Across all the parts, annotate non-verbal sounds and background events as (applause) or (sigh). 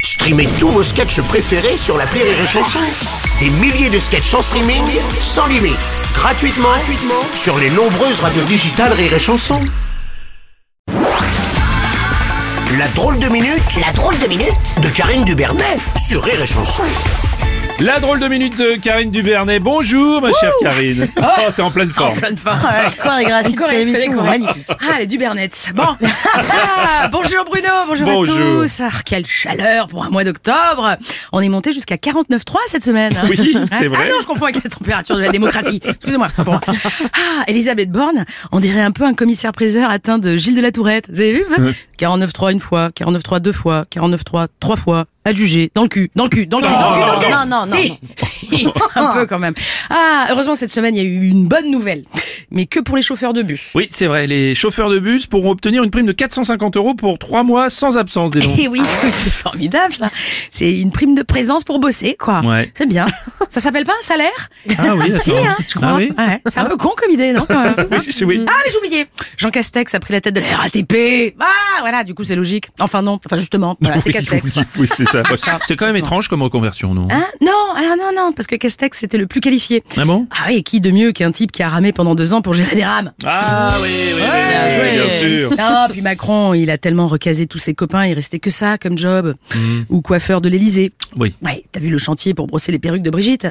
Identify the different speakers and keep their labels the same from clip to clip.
Speaker 1: Streamez tous vos sketchs préférés sur la Rire et Chanson. Des milliers de sketchs en streaming, sans limite, gratuitement, gratuitement sur les nombreuses radios digitales Rire et Chanson. La drôle de minute, la drôle de minute de Karine Dubernet sur Rire et Chanson.
Speaker 2: La drôle de minute de Karine Dubernet. Bonjour, ma chère Karine. Oh,
Speaker 3: Ah
Speaker 2: t'es en pleine forme.
Speaker 3: pleine forme.
Speaker 4: Ah, le corps est graphique,
Speaker 3: Correct,
Speaker 4: c'est l'émission,
Speaker 3: correct.
Speaker 4: magnifique.
Speaker 3: Ah, les Dubernets.
Speaker 4: (laughs)
Speaker 3: Bon. Ah, bonjour Bruno, bonjour,
Speaker 2: Bonjour.
Speaker 3: à tous. Ah, quelle chaleur pour un mois d'octobre. On est monté jusqu'à 49,3 cette semaine. hein.
Speaker 2: Oui,
Speaker 3: Ah,
Speaker 2: c'est vrai.
Speaker 3: Ah non, je confonds avec la température de la démocratie. Excusez-moi. pas pour moi. Ah, Elisabeth Borne, on dirait un peu un commissaire-priseur atteint de Gilles de la Tourette. Vous avez vu hein 49,3 une fois, 49,3 deux fois, 49,3 trois fois. Adjugé, dans le cul, dans le cul, dans le cul, dans le cul, dans le cul.
Speaker 4: Non, non, non.
Speaker 3: Si. (laughs) Si, un peu quand même. Ah, heureusement, cette semaine, il y a eu une bonne nouvelle. Mais que pour les chauffeurs de bus.
Speaker 2: Oui, c'est vrai. Les chauffeurs de bus pourront obtenir une prime de 450 euros pour trois mois sans absence, des noms.
Speaker 3: Eh oui, c'est formidable ça. C'est une prime de présence pour bosser, quoi.
Speaker 2: Ouais.
Speaker 3: C'est bien. Ça s'appelle pas un salaire
Speaker 2: Ah oui,
Speaker 3: Si,
Speaker 2: attends.
Speaker 3: hein, je crois.
Speaker 2: Ah oui.
Speaker 3: Ouais, C'est un peu con
Speaker 2: (laughs)
Speaker 3: comme idée, non quand même
Speaker 2: Oui, je- oui.
Speaker 3: Ah, mais j'ai oublié. Jean Castex a pris la tête de la RATP. Ah, voilà, du coup, c'est logique. Enfin, non. Enfin, justement, voilà, c'est
Speaker 2: Oui,
Speaker 3: Castex.
Speaker 2: oui, oui, c'est ça.
Speaker 3: Ça,
Speaker 2: C'est quand même
Speaker 3: ça.
Speaker 2: étrange comme reconversion, non
Speaker 3: Hein non, alors non, non, parce que Castex, c'était le plus qualifié.
Speaker 2: Ah bon
Speaker 3: Ah oui, qui de mieux qu'un type qui a ramé pendant deux ans pour gérer des rames
Speaker 2: Ah oui, oui, oui, oui, bien sûr.
Speaker 3: (laughs) Non, Ah, puis Macron, il a tellement recasé tous ses copains, il restait que ça comme job. Ou coiffeur de l'Elysée.
Speaker 2: Oui.
Speaker 3: Ouais, t'as vu le chantier pour brosser les perruques de Brigitte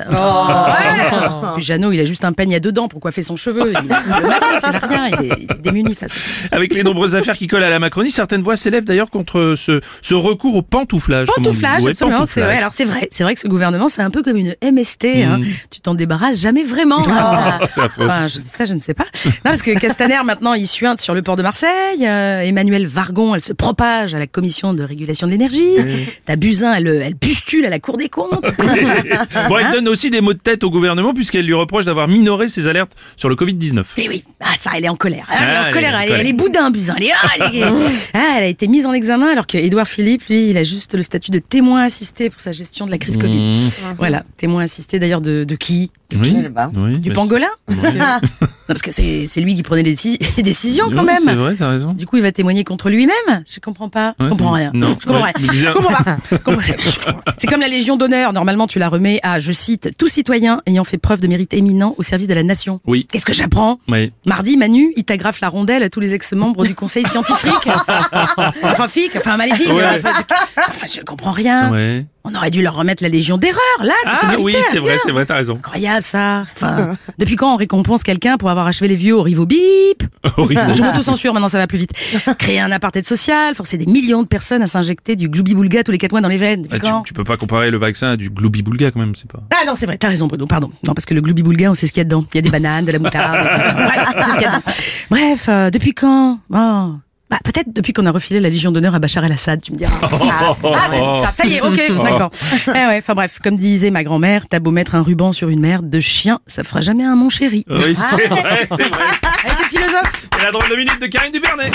Speaker 3: Ouais. Puis Jeannot, il a juste un peigne à deux dents pour coiffer son cheveu. Il, le matos, il a rien, il est, il est démuni face à ça.
Speaker 2: Avec les nombreuses affaires qui collent à la Macronie, certaines voix s'élèvent d'ailleurs contre ce, ce recours au pantouflage. comme on dit.
Speaker 3: Pantouflage,
Speaker 2: Ouais,
Speaker 3: absolument. C'est ouais,
Speaker 2: pantouflage.
Speaker 3: alors c'est vrai, c'est vrai que ce gouvernement, c'est un peu comme une MST. hein. Tu t'en débarrasses jamais vraiment. hein, ça. Enfin, je dis ça, je ne sais pas. Non, parce que Castaner maintenant, il suinte sur le port de Marseille. euh, Emmanuel Vargon, elle se propage à la commission de régulation de l'énergie. T'as Buzyn, elle, euh, elle pustule à la Cour des comptes.
Speaker 2: (laughs) bon, elle donne aussi des mots de tête au gouvernement puisqu'elle lui reproche d'avoir minoré ses alertes sur le Covid-19.
Speaker 3: Eh oui, ah ça, elle est en colère. Elle,
Speaker 2: Ah,
Speaker 3: est en colère, elle, est- elle est boudin, Buzyn. Elle, est, ah, elle, est- Ah, elle a été mise en examen alors que Édouard Philippe, lui, il a juste le statut de témoin assisté pour sa gestion de la
Speaker 2: Mm.
Speaker 3: crise Covid. Voilà, témoin assisté d'ailleurs de, de qui
Speaker 2: Oui.
Speaker 4: Quel bas.
Speaker 2: Oui,
Speaker 3: Du
Speaker 2: bah,
Speaker 3: pangolin Parce que- (laughs) Non, parce que c'est c'est lui qui prenait les, déci- (laughs) les décisions
Speaker 2: c'est-
Speaker 3: quand
Speaker 2: oui, C'est
Speaker 3: même.
Speaker 2: vrai, t'as raison.
Speaker 3: Du coup, il va témoigner contre lui-même Je comprends pas. Je
Speaker 2: Ouais,
Speaker 3: comprends
Speaker 2: c'est-
Speaker 3: rien.
Speaker 2: Non.
Speaker 3: Je comprends
Speaker 2: Ouais,
Speaker 3: rien.
Speaker 2: mais bien.
Speaker 3: Je comprends pas. Je comprends-
Speaker 2: (laughs)
Speaker 3: C'est comme la Légion d'honneur. Normalement, tu la remets à, je cite, tout citoyen ayant fait preuve de mérite éminent au service de la nation.
Speaker 2: Oui.
Speaker 3: Qu'est-ce que j'apprends
Speaker 2: Oui.
Speaker 3: Mardi, Manu, il t'agrafe la rondelle à tous les ex-membres du conseil
Speaker 2: (laughs)
Speaker 3: scientifique. enfin, fic, enfin, maléfique.
Speaker 2: Ouais.
Speaker 3: Enfin, c'est- enfin, je comprends rien.
Speaker 2: Ouais.
Speaker 3: On aurait dû leur remettre la Légion d'erreur. Là, c'était
Speaker 2: Ah oui,
Speaker 3: mérité.
Speaker 2: c'est vrai, c'est vrai, t'as raison.
Speaker 3: Incroyable ça. Enfin, (laughs) depuis quand on récompense quelqu'un pour avoir achevé les vieux au rivo bip
Speaker 2: Horrible.
Speaker 3: Ah, Je m'auto-censure, maintenant ça va plus (laughs) vite. Créer un apartheid social, forcer des millions de personnes à s'injecter du gloubi-boulga tous les quatre mois dans les veines. Depuis
Speaker 2: Ah, tu,
Speaker 3: quand
Speaker 2: tu peux pas comparer le vaccin à du gloobie-boulga quand même, c'est pas.
Speaker 3: ah non, c'est vrai, t'as raison Bruno, pardon. Non, parce que le gloubi-boulga, on sait ce qu'il y a dedans. Il y a des bananes, de la moutarde, des (laughs) trucs. bref, on sait ce qu'il y a dedans. Bref, euh, depuis quand Oh. Bah, peut-être depuis qu'on a refilé la Légion d'honneur à Bachar el-Assad, tu me diras. Ah, ah, c'est pour ça. Ça y est, ok, (laughs) d'accord. Eh ouais, enfin bref, comme disait ma grand-mère, t'as beau mettre un ruban sur une merde de chien, ça fera jamais un mon chéri.
Speaker 2: Oui,
Speaker 3: Ah.
Speaker 2: c'est vrai, c'est vrai.
Speaker 3: Elle était philosophe.
Speaker 2: C'est la drôle de minute de Karine Dubernet.